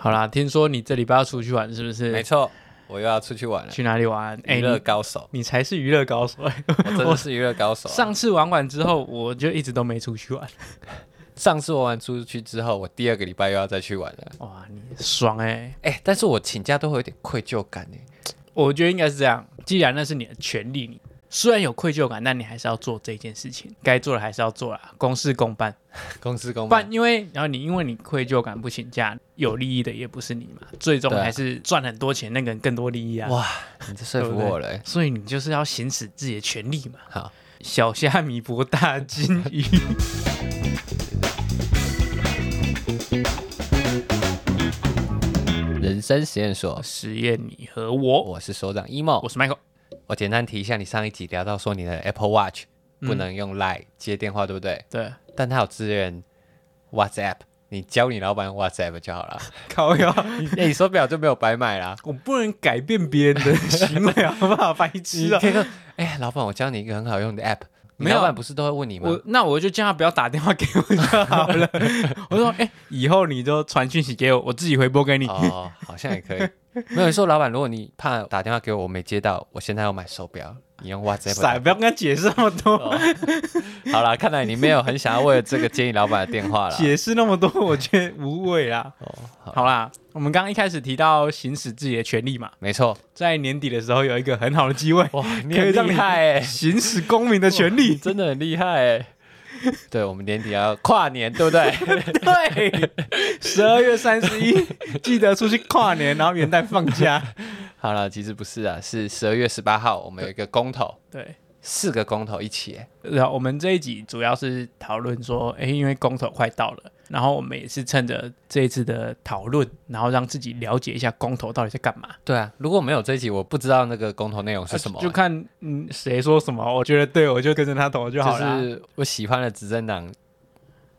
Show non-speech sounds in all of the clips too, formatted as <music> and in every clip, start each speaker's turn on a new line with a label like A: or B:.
A: 好啦，听说你这礼拜要出去玩是不是？
B: 没错，我又要出去玩了。
A: 去哪里玩？哎、
B: 娱乐
A: 你 <laughs>
B: 高手，
A: 你才是娱乐
B: <laughs>
A: 高手、哎
B: 我真的是娱乐高手啊、
A: 上次玩完之后，我就一直都没出去
B: <laughs>
A: 玩。
B: 上次我玩出去之后，我第二个礼拜又要再去玩了。
A: 哇，你爽哎、
B: 哎、但是我请假都会有点愧疚感欸呢。
A: 我觉得应该是这样，既然那是你的权利，你虽然有愧疚感，但你还是要做这件事情，该做的还是要做啦，公事公办。
B: 公司公
A: 不
B: 办
A: 然，因为然后你因为你愧疚感不请假，有利益的也不是你嘛，最终
B: 对啊
A: 还是赚很多钱那个人更多利益啊。
B: 哇，你这说服我了欸。
A: 所以你就是要行使自己的权利嘛。
B: 好，
A: 小虾米博大金鱼。
B: 人生实验所，
A: 哦实验你和我，
B: 我是所长 emo
A: 我。是 Michael。
B: 我简单提一下，你上一集聊到说你的 Apple Watch
A: 嗯
B: 不能用 Line 接电话，对不对？
A: 对，
B: 但它有支援 WhatsApp，你教你老板用 WhatsApp 就好
A: <laughs>
B: 了。
A: 靠呀！
B: 哎、你手表就没有白买啦。
A: 我不能改变别人的行为， <laughs> 好不好？白
B: 你
A: 痴啊！
B: 可以说，哎、老板，我教你一个很好用的 app。你
A: 没有啊
B: 老板不是都会问你吗？
A: 我那我就叫他不要打电话给我就好了。 <laughs> 我说，哎、以后你就传讯息给我，我自己回拨给你。
B: 哦，好像也可以。没有你说，老板，如果你怕打电话给我，我没接到，我现在要买手表，你用 WhatsApp
A: 傻，
B: 打。
A: 不要跟他解释那么多，
B: 哦好啦，看来你没有很想要为了这个接你老板的电 <laughs> 话啦。
A: 解释那么多，我觉得无谓啦。
B: 哦，好，
A: 好啦，我们刚刚一开始提到行使自己的权利嘛，
B: 没错，
A: 在年底的时候有一个很好的机会，
B: 哇，你
A: 可以让
B: 很
A: 你
B: 厉害哎、
A: 行使公民的权
B: 你
A: 利。
B: <laughs> 真的很厉害哎、对，我们年底要跨年，对不 <laughs> 对？
A: 对，十二月三十
B: <laughs>
A: 一记得出去跨年，然后元旦放假。
B: 好了，其实不是啊，是十二月十八号，我们有一个公投，
A: 对，
B: 四个公投一起、欸。
A: 然后我们这一集主要是讨论说，诶，因为公投快到了，然后我们也是趁着这一次的讨论，然后让自己了解一下公投到底在干嘛。
B: 对啊，如果没有这一集，我不知道那个公投内容是什么、啊
A: 就看嗯谁说什么，我觉得对，我就跟着他投就
B: 就
A: 好了。啊
B: 是我喜欢的执政党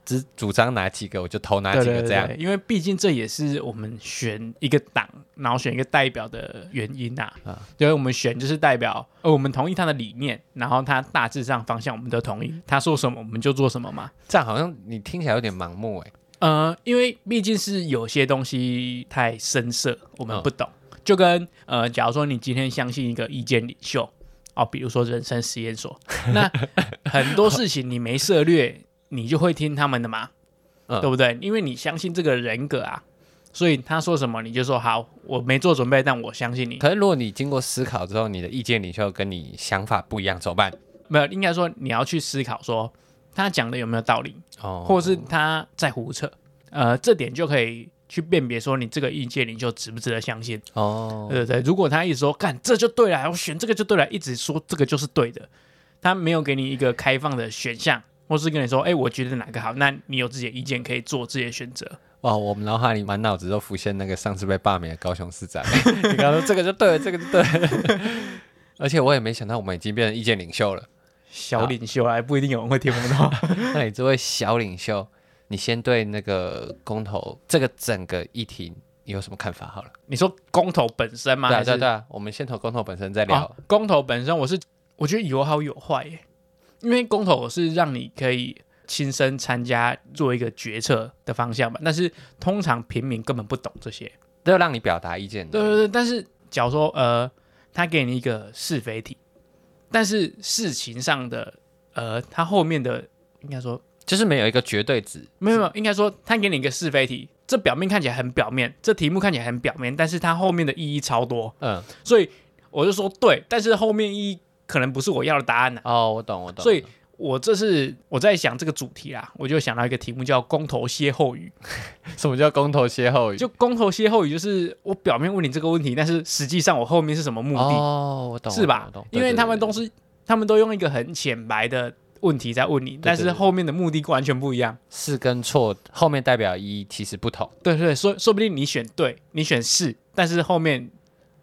B: 只主张哪几个，我就投哪
A: 对
B: 几个
A: 对
B: 这样。
A: 对，因为毕竟这也是我们选一个党，然后选一个代表的原因呐、啊。
B: 啊
A: 因为我们选就是代表，呃，我们同意他的理念，然后他大致上方向我们都同意，他说什么我们就做什么嘛。
B: 这样好像你听起来有点盲目哎、
A: 呃，因为毕竟是有些东西太深色，我们
B: 嗯
A: 不懂。就跟呃，假如说你今天相信一个意见领袖哦，比如说人生实验
B: <laughs>
A: 所，那很多事情你没涉略，你就会听他们的嘛，
B: 嗯
A: 对不对？因为你相信这个人格啊，所以他说什么你就说好，我没做准备，但我相信你。
B: 可是如果你经过思考之后，你的意见领袖跟你想法不一样，怎么办？
A: 没有，应该说你要去思考说他讲的有没有道理，
B: 哦
A: 或是他在胡扯，呃，这点就可以去辨别说你这个意见领袖值不值得相信。
B: 哦，
A: 对对对，如果他一直说干这就对了，我选这个就对了，一直说这个就是对的，他没有给你一个开放的选项，或是跟你说，哎，我觉得哪个好，那你有自己的意见可以做自己的选择。
B: 哇！我们脑海里满脑子都浮现那个上次被罢免的高雄
A: <laughs>
B: 市长。你刚刚说这个就对了，这个就对了。 <laughs> 而且我也没想到我们已经变成意见领袖了。
A: 小领袖来，不一定有人会听不到。
B: 那你这位小领袖，你先对那个公投这个整个议题，你有什么看法？好了，
A: <laughs> 你说公投本身吗？
B: 对啊
A: 还是
B: 对啊对啊，我们先从公投本身再聊。
A: 啊公投本身，我是我觉得有好有坏耶，因为公投是让你可以亲身参加做一个决策的方向吧，但是通常平民根本不懂这些。
B: 都要让你表达意见
A: 对
B: 的。
A: 对对，但是假如说呃，他给你一个是非题，但是事情上的呃，他后面的应该说
B: 就是没有一个绝对值。
A: 没有没有，应该说他给你一个是非题，这表面看起来很表面，这题目看起来很表面，但是它后面的意义超多，
B: 嗯，
A: 所以我就说对，但是后面意义可能不是我要的答案呐、啊
B: 哦，我懂我懂。
A: 所以我这是我在想这个主题啦，我就想到一个题目叫“公投歇后语”。
B: 什么叫公投歇后语？
A: 就公投歇后语，就是我表面问你这个问题，但是实际上我后面是什么目的？
B: 哦，我懂
A: 是吧
B: 我懂我懂？
A: 因为他们
B: 对对
A: 都是他们都用一个很浅白的问题在问你，但是
B: 对
A: 后面的目的完全不一样。
B: 对是跟错后面代表一其实不同。
A: 对对对，说说不定你选对，你选是，但是后面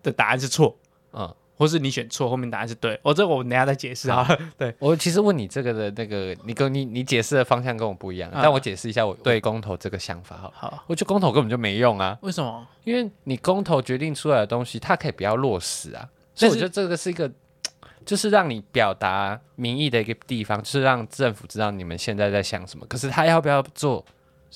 A: 的答案是错，
B: 嗯，
A: 或是你选错，后面答案是对。我、这我们等一下再解释啊。 <laughs> 对，
B: 我其实问你这个的那个，你跟你你解释的方向跟我不一样，
A: 嗯
B: 但我解释一下我对公投这个想法好了。
A: 好，
B: 我觉得公投根本就没用啊，
A: 为什么？
B: 因为你公投决定出来的东西，它可以不要落实啊。所
A: 但
B: 以我
A: 是
B: 觉得这个是一个，就是让你表达民意的一个地方，就是让政府知道你们现在在想什么。可是他要不要做，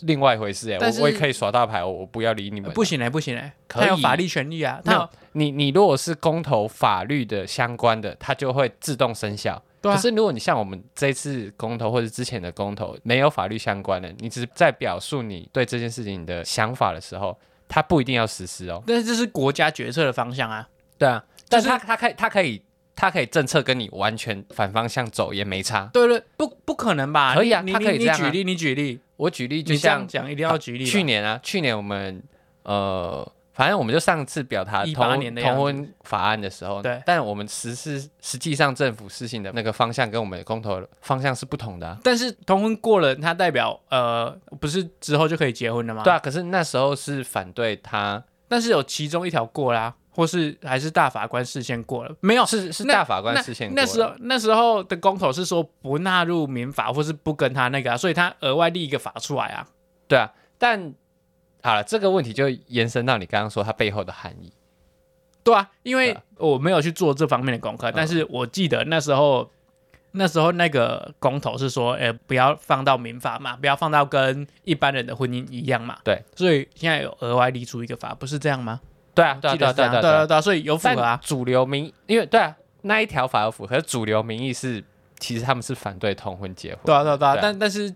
B: 另外一回事哎、
A: 但是
B: 我我也可以耍大牌，我我不要理你们。
A: 不行嘞，不行嘞，
B: 可
A: 他有
B: 以
A: 法律权利啊，
B: 没
A: 他
B: 有
A: 有，
B: 你你如果是公投法律的相关的，它就会自动生效。
A: 对啊
B: 可是如果你像我们这次公投或者之前的公投没有法律相关的，你只是在表述你对这件事情的想法的时候，它不一定要实施哦。
A: 但是这是国家决策的方向啊。
B: 对啊，但是
A: 就
B: 它
A: 是
B: 它可以它可以它可以政策跟你完全反方向走也没差。
A: 对对，不不可能吧？
B: 可以啊
A: 你
B: 他
A: 你
B: 可以
A: 你
B: 这样啊
A: 举例，你举例，
B: 我举例就
A: 你这样
B: 像
A: 讲一定要举例吧。
B: 去年啊，去年我们呃，反正我们就上次表达
A: 18
B: 同
A: 年
B: 婚
A: 的样
B: 同
A: 子
B: 婚法案的时候，
A: 对
B: 但我们实施实际上政府施行的那个方向跟我们的公投的方向是不同的、啊。
A: 但是同婚过了，它代表呃，不是之后就可以结婚了吗？
B: 对啊，可是那时候是反对他，
A: 但是有其中一条过啦、或是还是大法官视线过了，没有
B: 是是
A: 那
B: 大法官事先
A: 那那时候那时候的公投是说不纳入民法，或是不跟他那个、啊，所以他额外立一个法出来啊。
B: 对啊，但好了，这个问题就延伸到你刚刚说它背后的含义。
A: 对啊，因为
B: 对啊嗯
A: 我没有去做这方面的功课，但是我记得那时候那时候那个公投是说，哎、不要放到民法嘛，不要放到跟一般人的婚姻一样嘛。
B: 对，
A: 所以现在有额外立出一个法，不是这样吗？
B: 对啊，对啊，
A: 记得
B: 对
A: 是这
B: 啊，对啊
A: 样
B: 对
A: 对
B: 啊，对啊。
A: 对啊，所以有符合
B: 但
A: 啊。
B: 主流民，因为对啊，那一条法有符合，可是主流民意是其实他们是反对同婚结婚。
A: 对啊，对啊，对啊
B: 对啊，
A: 但但是，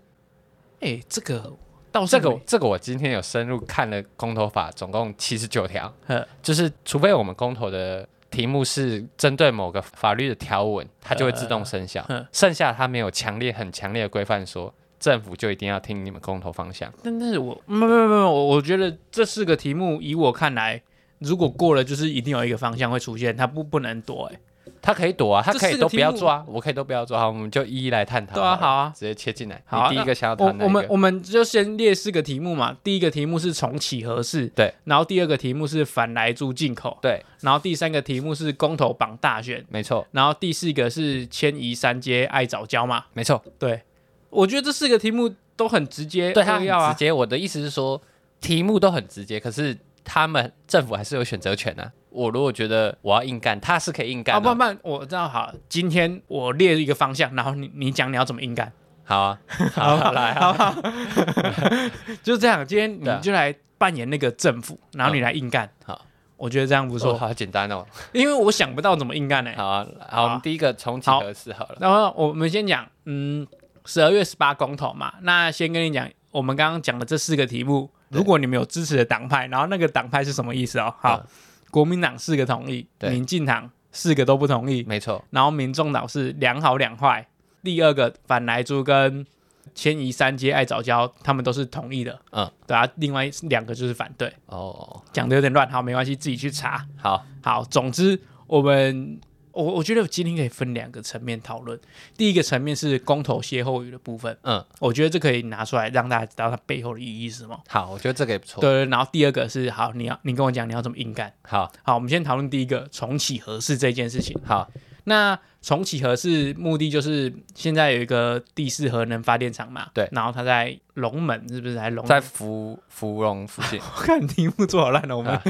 A: 哎、这个倒是
B: 这个
A: 没
B: 这个我今天有深入看了公投法，总共七十九条
A: 呵，
B: 就是除非我们公投的题目是针对某个法律的条文，它就会自动生效
A: 呵呵，
B: 剩下它没有强烈很强烈的规范说政府就一定要听你们公投方向。
A: 但但是我没有没有没有，我我觉得这四个题目，以我看来，如果过了，就是一定有一个方向会出现，它不不能躲、哎，
B: 它可以躲啊，它可
A: 这
B: 以
A: 四个
B: 都不要
A: 题目
B: 做啊，我可以都不要做，好，我们就一一来探讨。
A: 对啊，好
B: 了，
A: 啊。
B: 直接切进来。
A: 好啊
B: 你第一个想要
A: 我
B: 谈哪
A: 我
B: 一
A: 们
B: 个？
A: 我们就先列四个题目嘛，第一个题目是重启合适，
B: 对，
A: 然后第二个题目是反来猪进口，
B: 对，
A: 然后第三个题目是公投绑大选，
B: 没错，
A: 然后第四个是迁移三街爱早教嘛，
B: 没错，
A: 对，我觉得这四个题目都很直接，
B: 对它
A: 要
B: 很
A: 啊
B: 直，接。我的意思是说，题目都很直接，可是他们政府还是有选择权啊。我如果觉得我要硬干，他是可以硬干
A: 啊，不
B: 的。
A: 不，我知道好了，今天我列一个方向，然后你你讲你要怎么硬干，
B: 好啊，好啊来
A: <laughs> 好
B: 啊，
A: 不好？ <laughs> 就这样，今天
B: 对啊
A: 你就来扮演那个政府，然后你来硬干，
B: 好，
A: 我觉得这样不
B: <laughs> 不
A: 错，
B: 好简单哦。
A: 因为我想不到怎么硬干呢、
B: 好啊，好，我们第一个重启
A: 哎好
B: 合适好了。
A: 然后我们先讲，嗯，十二月十八公投嘛，那先跟你讲，我们刚刚讲的这四个题目，
B: 对
A: 如果你们有支持的党派，然后那个党派是什么意思哦？好，
B: 嗯
A: 国民党四个同意，
B: 对嗯
A: 民进党四个都不同意，
B: 没错，
A: 然后民众党是两好两坏，第二个反莱猪跟迁移三街爱早教，他们都是同意的，
B: 嗯，
A: 对啊，另外两个就是反对，
B: 哦，
A: 讲的有点乱，好，没关系，自己去查。
B: 好，
A: 好，总之我们我我觉得今天可以分两个层面讨论。第一个层面是公投歇后语的部分，
B: 嗯，
A: 我觉得这可以拿出来让大家知道它背后的意义是什么。
B: 好，我觉得这个也不错。
A: 对，然后第二个是好，你要你跟我讲你要怎么硬干。
B: 好，
A: 好，我们先讨论第一个重启合适这件事情。
B: 好，
A: 那重启核是目的就是现在有一个第四核能发电厂嘛，
B: 对
A: 然后它在龙门是不是？还龙
B: 在芙芙蓉附
A: <laughs>
B: 近，
A: 我 <laughs> 看题目做好烂哦了，我们、 <laughs>
B: 啊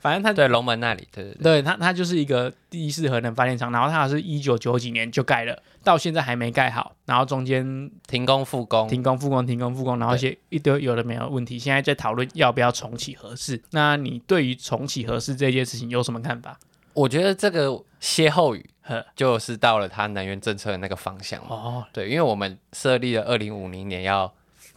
A: 反正它
B: 对，龙门那里，对对对，
A: 对它，它就是一个第四核能发电厂，然后它是一九九几年就盖了，到现在还没盖好，然后中间
B: 停工复工，
A: 停工、复工、停工、复工，然后一些一堆有的没有的问题，现在在讨论要不要重启核适。那你对于重启核适这件事情有什么看法？
B: 我觉得这个歇后语
A: <laughs> 呵
B: 就是到了它能源政策的那个方向嘛。
A: 哦，
B: 对，因为我们设立了二零五零年要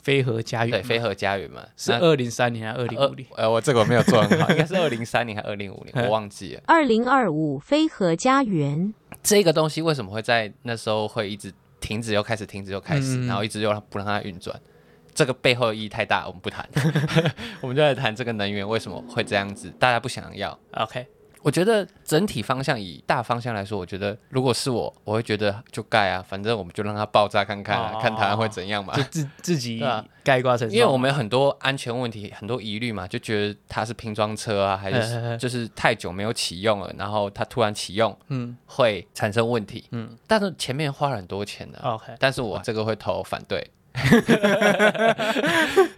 A: 飞核家园
B: 对
A: 嘛
B: 非核家园嘛，
A: 是
B: 那
A: 二零三年还是二零五零？
B: 呃，我这个我没有做很好，应该是二零三零还二零五零，
A: <laughs> 嗯
B: 我忘记了。
C: 二零二五飞河家园。
B: 这个东西为什么会在那时候会一直停止又开始，停止又开始，
A: 嗯
B: 然后一直又不让它运转？这个背后的意义太大，我们不
A: <laughs>
B: 谈，我们就来谈这个能源为什么会这样子，大家不想要。
A: OK，
B: 我觉得整体方向以大方向来说，我觉得如果是我，我会觉得就盖啊，反正我们就让它爆炸看看、啊，
A: 哦
B: 看台湾会怎样嘛。
A: 就自自己
B: 对啊
A: 盖瓜承受嘛，
B: 因为我们有很多安全问题、很多疑虑嘛，就觉得它是拼装车啊，还
A: 嘿嘿
B: 是
A: 嘿
B: 就是太久没有启用了，然后它突然启用
A: 嗯
B: 会产生问题。
A: 嗯哦
B: 但是前面花了很多钱的、
A: OK
B: 但是我这个会投反
A: <laughs>
B: 对，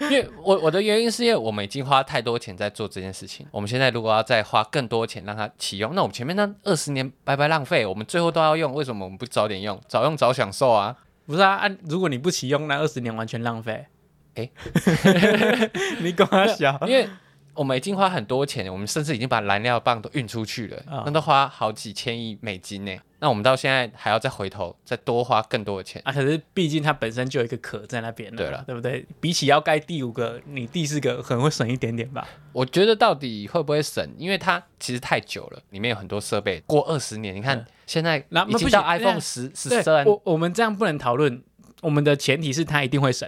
B: 因为我我的原因是因为我们已经花太多钱在做这件事情，我们现在如果要再花更多钱让它启用，那我们前面那二十年白白浪费，我们最后都要用，为什么我们不早点用？早用早享受啊！
A: 不是啊，啊如果你不启用，那二十年完全浪费。
B: 诶
A: <laughs> 你跟他小，
B: 因为我们已经花很多钱，我们甚至已经把燃料棒都运出去了，
A: 啊
B: 那都花好几千亿美金呢。那我们到现在还要再回头再多花更多的钱，
A: 啊，可是毕竟它本身就有一个壳在那边了，
B: 对了
A: 对不对？比起要盖第五个，你第四个可能会省一点点吧。
B: 我觉得到底会不会省？因为它其实太久了，里面有很多设备，过二十年，你看、
A: 嗯
B: 现在
A: 那
B: 已经
A: 不行
B: 到
A: 那
B: iPhone 十十
A: 对
B: 三，
A: 我我们这样不能讨论，我们的前提是它一定会省，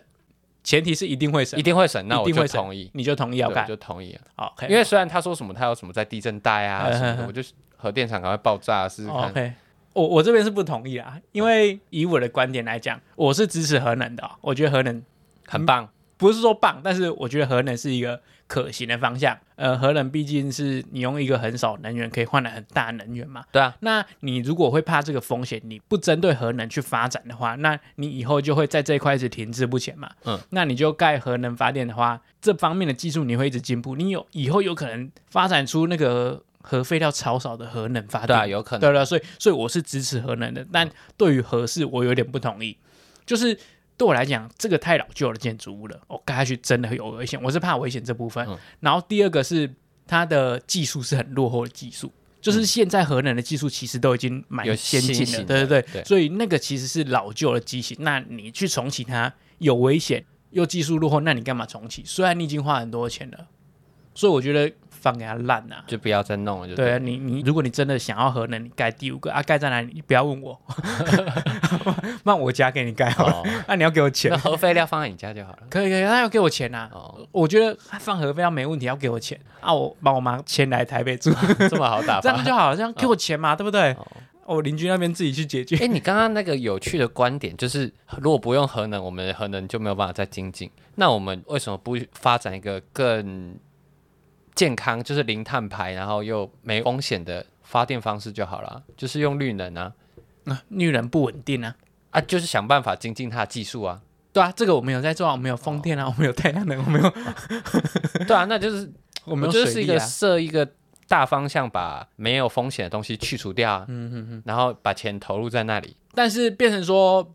A: 前提是一定会省，
B: 一定会省，那
A: 一
B: 我
A: 定
B: 就
A: 会省
B: 同意，
A: 你就同意要
B: 对我
A: 盖
B: 就同意了。啊
A: 好，OK，
B: 因为虽然他说什么他有什么在地震带啊
A: 嗯
B: 什么
A: 嗯
B: 的，
A: 嗯
B: 我就核电厂赶快爆炸试试
A: 哦
B: 看。
A: OK，我我这边是不同意啊，因为以我的观点来讲，我是支持核能的哦、我觉得核能
B: 很棒，
A: 不是说棒，但是我觉得核能是一个可行的方向。呃，核能毕竟是你用一个很少能源可以换来很大的能源嘛。
B: 对啊。
A: 那你如果会怕这个风险，你不针对核能去发展的话，那你以后就会在这一块一直停滞不前嘛。
B: 嗯，
A: 那你就盖核能发电的话，这方面的技术你会一直进步，你有以后有可能发展出那个核废料超少的核能发
B: 对
A: 电。
B: 啊，有可能。嗯
A: 对了，所以所以我是支持核能的，但对于核适我有点不同意，就是对我来讲，这个太老旧的建筑物了，我盖下去真的有危险，我是怕危险这部分。
B: 嗯
A: 然后第二个是它的技术是很落后的技术。就是现在核能的技术其实都已经蛮
B: 嗯有
A: 先
B: 新
A: 进
B: 型
A: 的，
B: 的
A: 对对
B: 对
A: 所以那个其实是老旧的机型，那你去重启它有危险，又技术落后，那你干嘛重启？虽然你已经花很多钱了，所以我觉得放给它烂啊，
B: 就不要再弄了，就
A: 对
B: 对
A: 啊，
B: 了。
A: 你你，如果你真的想要核能，你盖第五个啊，盖在哪里？你不要问 <laughs> 我，那我家给你盖好了。
B: 哦，
A: 那、你要给我钱
B: 那，核废料放在你家就好了。
A: 可以可以，那要给我钱啊。
B: 哦，
A: 我觉得啊放核废料没问题，要给我钱啊，我把我妈迁来台北 <laughs> 住，
B: 这么好打
A: 这样
B: 发。
A: 就好，这样给我钱嘛，对不对？
B: 哦
A: 我邻居那边自己去解决。
B: 哎，你刚刚那个有趣的观点就是，如果不用核能，我们的核能就没有办法再精进。那我们为什么不发展一个更健康，就是零碳排，然后又没风险的发电方式就好了？就是用绿能啊，
A: 啊绿能不稳定啊，
B: 啊，就是想办法精进它的技术啊。
A: 对啊，这个我们有在做啊，我们有风电啊，我们有太阳能，我们有
B: 对啊，那就是
A: 我
B: 我
A: 们有
B: 觉得是
A: 水
B: 一
A: 力
B: 个
A: 啊。
B: 设一个大方向，把没有风险的东西去除掉啊，嗯嗯嗯，然后把钱投入在那里。
A: 但是变成说，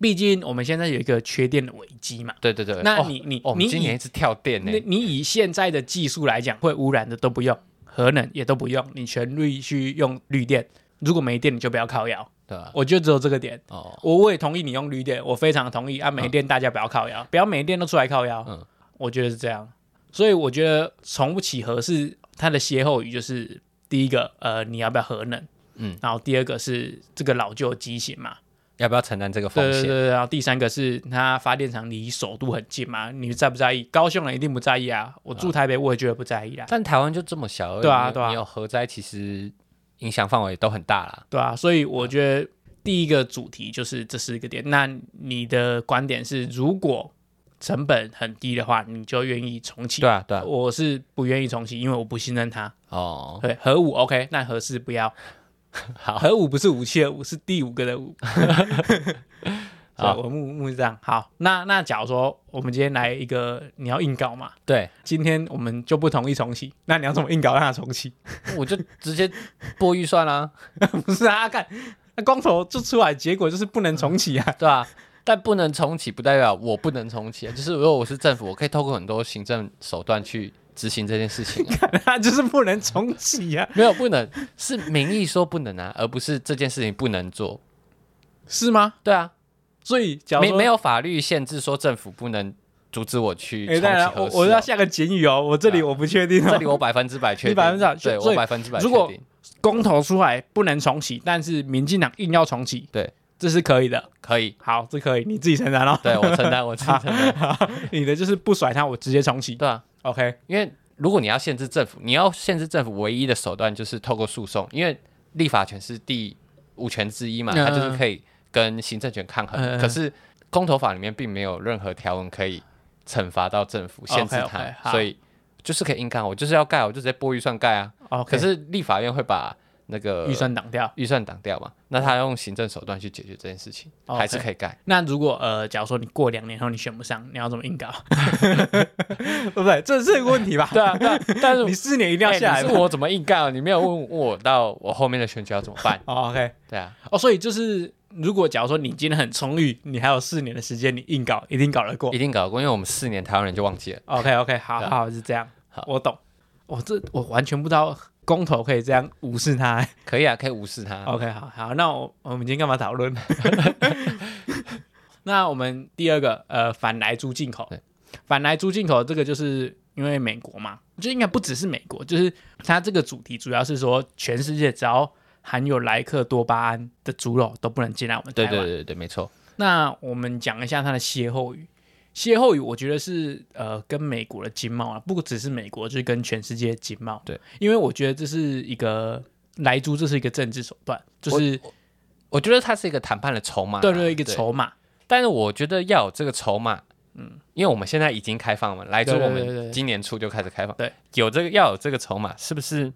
A: 毕竟我们现在有一个缺电的危机嘛。
B: 对对对，
A: 那
B: 哦
A: 你你
B: 哦我们
A: 你
B: 今
A: 以
B: 年一直跳电呢
A: 你，你以现在的技术来讲，会污染的都不用，核能也都不用，你全力去用绿电。如果没电，你就不要靠摇。
B: 对吧？
A: 我就只有这个点。
B: 哦，
A: 我我也同意你用绿电，我非常同意啊。没电大家不要靠摇，不要每一电都出来靠摇。
B: 嗯
A: 我觉得是这样。所以我觉得从不起核是它的歇后语，就是第一个，呃，你要不要核能？
B: 嗯，
A: 然后第二个是这个老旧机型嘛，
B: 要不要承担这个风
A: 对对
B: 险？
A: 对，然后第三个是它发电厂离首都很近嘛，你在不在意？高雄人一定不在意啊，我住台北我也觉得不在意啊，
B: 但台湾就这么小而已，
A: 对啊
B: 你
A: 对啊
B: 你有核灾，其实影响范围都很大啦。
A: 对啊，所以我觉得第一个主题就是这是一个点。那你的观点是，如果成本很低的话，你就愿意重启？
B: 对啊对啊，
A: 我是不愿意重启，因为我不信任它。
B: 哦，
A: 对，核武 OK，那核四不 <laughs> 要。
B: 好
A: 核武不是武器的武，是第五个的武。
B: 好
A: <laughs> 好，我目目是这样。好，那那假如说我们今天来一个，你要硬搞嘛？
B: 对，
A: 今天我们就不同意重启，那你要怎么硬搞让它重启？ <laughs>
B: 我就直接拨预算啦，
A: 不是啊，干，那光头就出来，结果就是不能重启啊。
B: <laughs>
A: <laughs>
B: 对啊。但不能重启，不代表我不能重启啊。就是如果我是政府，我可以透过很多行政手段去执行这件
A: <laughs>
B: 事情啊。
A: 他就是不能重启啊，
B: 没有不能，是名义说不能啊，而不是这件事情不能做。
A: 是吗？
B: 对啊，
A: 所以假如
B: 没
A: 说
B: 没，有法律限制说政府不能阻止我去
A: 哎、
B: 重启
A: 当然
B: 核
A: 我
B: 试、
A: 我要
B: 哦。
A: 下个警语哦，我这里
B: 对啊
A: 我不确定、哦，
B: 这里我百分之百确
A: 你
B: 定，
A: 百分之百确
B: 对
A: 所
B: 我
A: 以
B: 百分之百确
A: 如果
B: 定，
A: 公投出来不能重启，但是民进党硬要重启，
B: 对，
A: 这是可以的。
B: 可以，
A: 好，这可以，你自己承担哦。
B: 对我承担，我承担，
A: <laughs> 你的就是不甩他，我直接重启。
B: 对啊，
A: OK，
B: 因为如果你要限制政府，你要限制政府唯一的手段就是透过诉讼，因为立法权是第五权之一嘛，
A: 嗯
B: 它就是可以跟行政权抗衡。
A: 嗯嗯
B: 可是公投法里面并没有任何条文可以惩罚到政府限制它
A: OK，OK，好
B: 所以就是可以硬干，我就是要盖，我就直接拨预算盖啊。
A: 哦，呃
B: 可是立法院会把那个
A: 预算挡掉。
B: 预算挡掉嘛，那他用行政手段去解决这件事情，
A: 哦 OK
B: 还是可以盖。
A: 那如果呃，假如说你过两年后你选不上，你要怎么 <laughs> 硬搞？对不对？这是个问题吧？
B: 对啊，但
A: <laughs>
B: 但是
A: 你四年一定
B: 哎
A: 要下来
B: 你
A: 吧。
B: 是我
A: <laughs>？
B: 怎么硬干啊？你没有问问我到我后面的选举要怎么办
A: 哦、OK，
B: 对啊，
A: 哦，所以就是如果假如说你今天很充裕，你还有四年的时间，你硬搞一定搞得过
B: 一。定搞过，因为我们四年台湾人就忘记了。
A: OK OK，好
B: 对啊
A: 好是这样
B: 好，
A: 我懂。我这我完全不知道公投可以这样无视他、欸
B: 可以啊，可以无视他。
A: OK，好好，那我我们今天干嘛讨论？
B: <laughs>
A: <laughs> 那我们第二个呃，反来猪进口
B: 对，
A: 反来猪进口这个就是因为美国嘛，就应该不只是美国，就是它这个主题主要是说全世界只要含有莱克多巴胺的猪肉都不能进来我们台
B: 对
A: 湾。
B: 对对对，没错。
A: 那我们讲一下它的歇后语。歇后语，我觉得是呃，跟美国的经贸啊，不只是美国，就是跟全世界经贸。
B: 对，
A: 因为我觉得这是一个来猪，这是一个政治手段，就是
B: 我觉得它是一个谈判的筹码啊，
A: 对对，一个筹码。
B: 但是我觉得要有这个筹码，嗯，因为我们现在已经开放了，来自
A: 对对
B: 我
A: 对对对
B: 们今年初就开始开放，
A: 对，
B: 有这个要有这个筹码，是不是？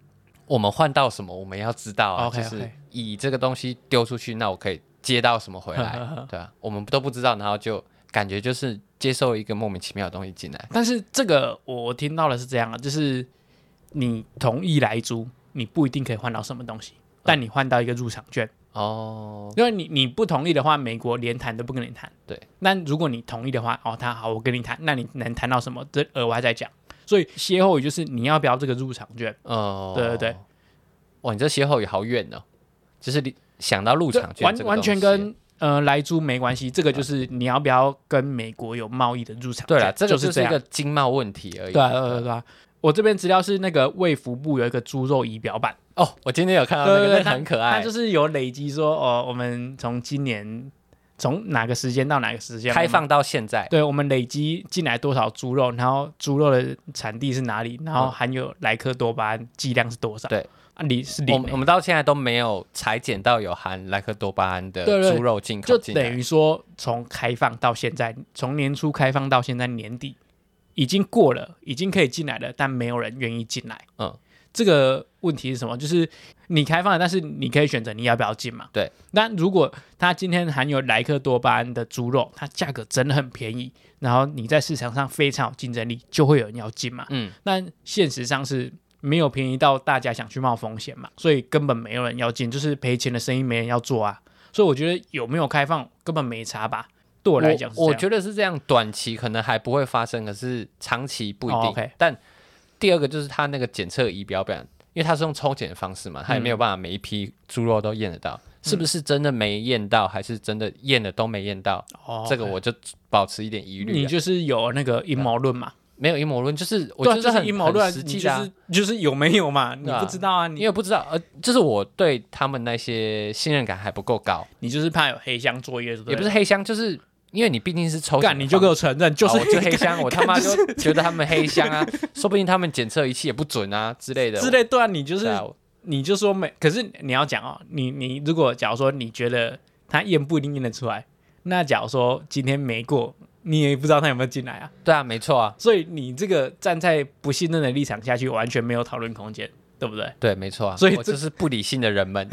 B: 我们换到什么，我们要知道啊
A: OK，OK
B: 就是以这个东西丢出去，那我可以接到什么回
A: <laughs>
B: 来，对啊，我们都不知道，然后就感觉就是接受一个莫名其妙的东西进来，
A: 但是这个我听到的是这样啊，就是你同意来租，你不一定可以换到什么东西，但你换到一个入场券，
B: 哦，
A: 嗯因为你你不同意的话，美国连谈都不跟你谈。
B: 对，
A: 那如果你同意的话，哦，他好，我跟你谈，那你能谈到什么？这额外再讲。所以歇后语就是你要不要这个入场券？
B: 哦，
A: 对对对，
B: 哇，你这歇后语好远哦，就是你想到入
A: 这
B: 场券
A: 完
B: 这个
A: 完全
B: 东西
A: 跟呃来租没关系，这个就是你要不要跟美国有贸易的入场券。
B: 对了，这个
A: 就是
B: 就
A: 这
B: 是一
A: 样
B: 个经贸问题而已，
A: 对啊对啊对啊对啊。我这边资料是那个卫福部有一个猪肉仪表
B: <laughs>
A: 板。呃
B: 哦，我今天有看到那
A: 对
B: 个，
A: 对对
B: 那个很可
A: 它
B: 爱
A: 就。是有累积说哦，我们从今年从哪个时间到哪个时间
B: 开，
A: 我
B: 放
A: 们
B: 到现在，
A: 对我们累积进来多少猪肉，然后猪肉的产地是哪里，然后
B: 嗯
A: 含有莱克多巴胺剂量是多少？
B: 对
A: 啊，你是
B: 我
A: 零
B: 们，我们到现在都没有裁剪到有含莱克多巴胺的
A: 对对
B: 猪肉进口
A: 就
B: 进
A: 等
B: 来，
A: 于说从开放到现在，从年初开放到现在年底，已经过了，已经可以进来了，但没有人愿意进来。
B: 嗯，
A: 这个问题是什么？就是你开放了，但是你可以选择你要不要进嘛。
B: 对。
A: 那如果它今天含有莱克多巴胺的猪肉，它价格真的很便宜，然后你在市场上非常有竞争力，就会有人要进嘛。
B: 嗯，
A: 那现实上是没有便宜到大家想去冒风险嘛，所以根本没有人要进，就是赔钱的生意没人要做啊。所以我觉得有没有开放根本没差吧，对我来讲是
B: 我
A: 这样
B: 觉得是这样，短期可能还不会发生，可是长期不一定。
A: 哦，OK
B: 但第二个就是它那个检测仪表表，因为它是用抽检的方式嘛，它也没
A: 嗯
B: 有办法每一批猪肉都验得到，是不是真的没验到，还是真的验了都没验到？
A: 哦
B: 这个我就保持一点疑虑
A: 你
B: 啊。
A: 就是有那个阴谋论嘛，
B: 没有阴谋论，就是哦我
A: 对啊，
B: 觉
A: 就
B: 得很
A: 是阴谋论啊，
B: 很实
A: 你
B: 际
A: 就
B: 的啊
A: 是就是有没有嘛，你
B: 对啊
A: 不知道啊，
B: 因
A: 你
B: 为不知道，呃，就是我对他们那些信任感还不够高，
A: 你就是怕有黑箱作业，
B: 也不是黑箱，就是因为你毕竟是抽
A: 干，你就给我承认，就
B: 就是哦啊我就黑箱，我他妈就觉得他们黑箱啊， <laughs> 说不定他们检测仪器也不准啊之类的
A: 之类，对啊，你就
B: 对
A: 是
B: 啊
A: 你就说没，可是你要讲哦，你你如果假如说你觉得他验不一定验得出来，那假如说今天没过，你也不知道他有没有进来啊，
B: 对啊，没错啊，
A: 所以你这个站在不信任的立场下去，完全没有讨论空间，对不对
B: 对，没错啊，
A: 所以
B: 我
A: 这
B: 就是不理性的
A: <laughs>
B: 人们，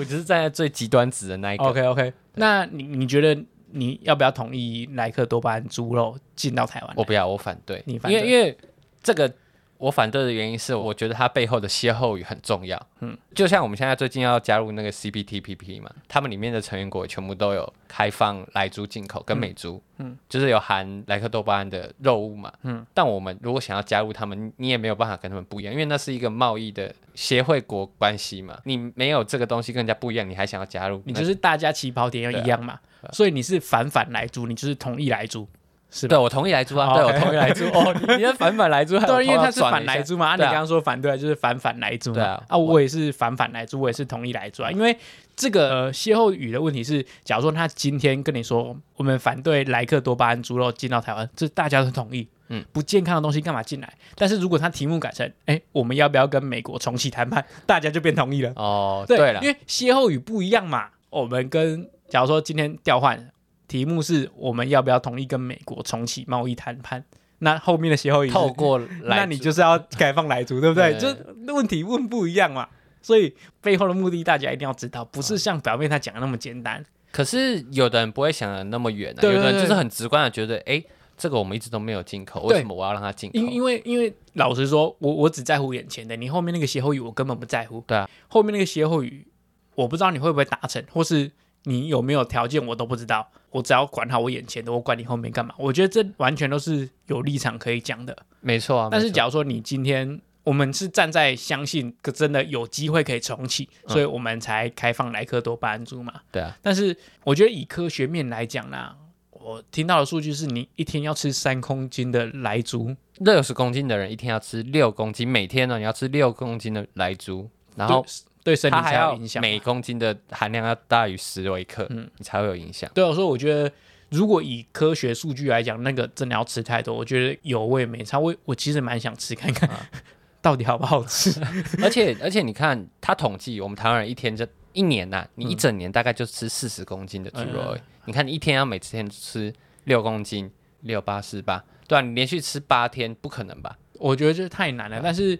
B: 我就是站在最极端值的那一个。
A: ？OK OK，那你你觉得你要不要同意莱克多巴胺猪肉进到台湾来？
B: 我不要，我反对，
A: 你反对
B: 因为因为这个我反对的原因是，我觉得它背后的歇后语很重要。嗯，就像我们现在最近要加入那个 CPTPP 嘛，他们里面的成员国全部都有开放莱猪进口跟美猪，嗯，就是有含莱克多巴胺的肉物嘛，嗯，但我们如果想要加入他们，你也没有办法跟他们不一样，因为那是一个贸易的协会国关系嘛，你没有这个东西跟人家不一样，你还想要加入，
A: 你
B: 那
A: 就是大家起跑点
B: 啊
A: 要一样嘛，所以你是反反来猪，你就是同意来猪，是吧
B: 对？我同意莱猪啊，
A: 哦
B: 对我
A: OK
B: 同意莱猪哦，你你在反反
A: <laughs>
B: 莱猪，还有
A: 对，因为
B: 头
A: 他
B: 要
A: 是
B: 转了
A: 反
B: 一
A: 来
B: 下
A: 猪嘛，啊，你
B: 对啊
A: 刚刚说反对就是反反来猪嘛，
B: 对啊
A: 我也是反反来猪，我也是同意来猪啊，因为这个呃歇后语的问题是，假如说他今天跟你说我们反对莱克多巴胺猪肉进到台湾，这大家都同意，
B: 嗯，
A: 不健康的东西干嘛进来？但是如果他题目改成，哎，我们要不要跟美国重启谈判，大家就变同意了，
B: <laughs> 哦，
A: 对
B: 对了
A: 因，为歇后语不一样嘛，我们跟假如说今天调换题目是我们要不要同意跟美国重启贸易谈判，那后面的歇后语是
B: 透过
A: 那
B: 来
A: 你
B: 自
A: 就是要开放来租，对不
B: <laughs>
A: 对？
B: 对
A: 就问题问不一样嘛，所以背后的目的大家一定要知道，不是像表面他讲的那么简单。
B: 可是有的人不会想的那么远啊，
A: 对
B: 有的
A: 对
B: 人
A: 对
B: 就是很直观的觉得，哎，这个我们一直都没有进口，
A: 对
B: 为什么我要让它进口？
A: 因因为因为老实说，我我只在乎眼前的，你后面那个歇后语我根本不在乎。
B: 对啊，
A: 后面那个歇后语我不知道你会不会达成，或是你有没有条件我都不知道，我只要管好我眼前的，我管你后面干嘛？我觉得这完全都是有立场可以讲的。
B: 没错啊。
A: 但是
B: 没错
A: 假如说你今天我们是站在相信真的有机会可以重启，所以我们才开放莱克多巴胺株嘛。
B: 嗯对啊，
A: 但是我觉得以科学面来讲啦，我听到的数据是你一天要吃三公斤的莱猪，
B: 六十公斤的人一天要吃六公斤，每天哦呢你要吃六公斤的莱猪，然后
A: 对身体
B: 它还
A: 才有
B: 要
A: 影响嘛。
B: 每公斤的含量要大于十微克，你才会有影响。 <laughs>
A: 对我说，我觉得如果以科学数据来讲，那个真的要吃太多，我觉得有味没差。我我其实蛮想吃看看、
B: 嗯
A: <laughs> 到底好不好吃。
B: <laughs> 而且而且你看，他统计我们台湾人一天就一年呐、你一整年大概就吃四十公斤的猪肉而已。你看你一天要每天吃六公斤，六八四八，对啊，你连续吃八天不可能吧？
A: 我觉得这太难
B: 嗯
A: 了。但是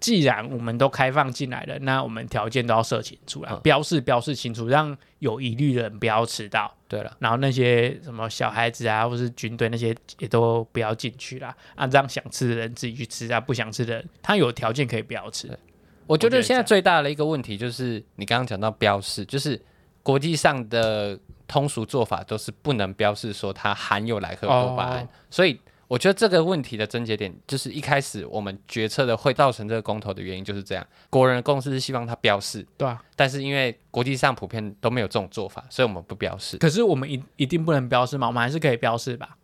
A: 既然我们都开放进来了，那我们条件都要设清楚啦，
B: 嗯
A: 标示标示清楚，让有疑虑的人不要迟到。
B: 对了，
A: 然后那些什么小孩子啊，或是军队那些也都不要进去啦，啊，让想吃的人自己去吃啊，不想吃的人他有条件可以不要吃。
B: 我觉
A: 我觉
B: 得
A: 得
B: 现
A: 这
B: 在
A: 样
B: 最大的一个问题就是你刚刚讲到标示，就是国际上的通俗做法都是不能标示说它含有莱克多巴胺，
A: 哦
B: 所以。我觉得这个问题的症结点就是一开始我们决策的会造成这个公投的原因就是这样，国人的共识是希望它标示，
A: 对啊，
B: 但是因为国际上普遍都没有这种做法，所以我们不标示，
A: 可是我们一一定不能标示嘛，我们还是可以标示吧？